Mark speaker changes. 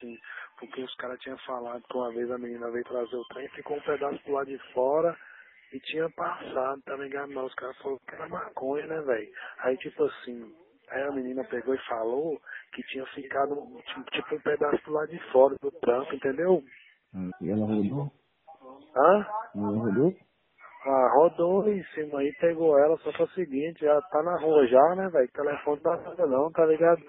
Speaker 1: que assim, os caras tinham falado que uma vez a menina veio trazer o trem, ficou um pedaço do lado de fora e tinha passado, tá ligado? Não, os caras falaram que era maconha, né, velho? Aí, tipo assim, aí a menina pegou e falou que tinha ficado tipo, tipo um pedaço do lado de fora do trampo, entendeu?
Speaker 2: E ela rodou?
Speaker 1: Hã?
Speaker 2: E ela rodou?
Speaker 1: Ah, rodou em cima aí, pegou ela, só que é o seguinte, ela tá na rua já, né, velho? Telefone não tá nada não, tá ligado?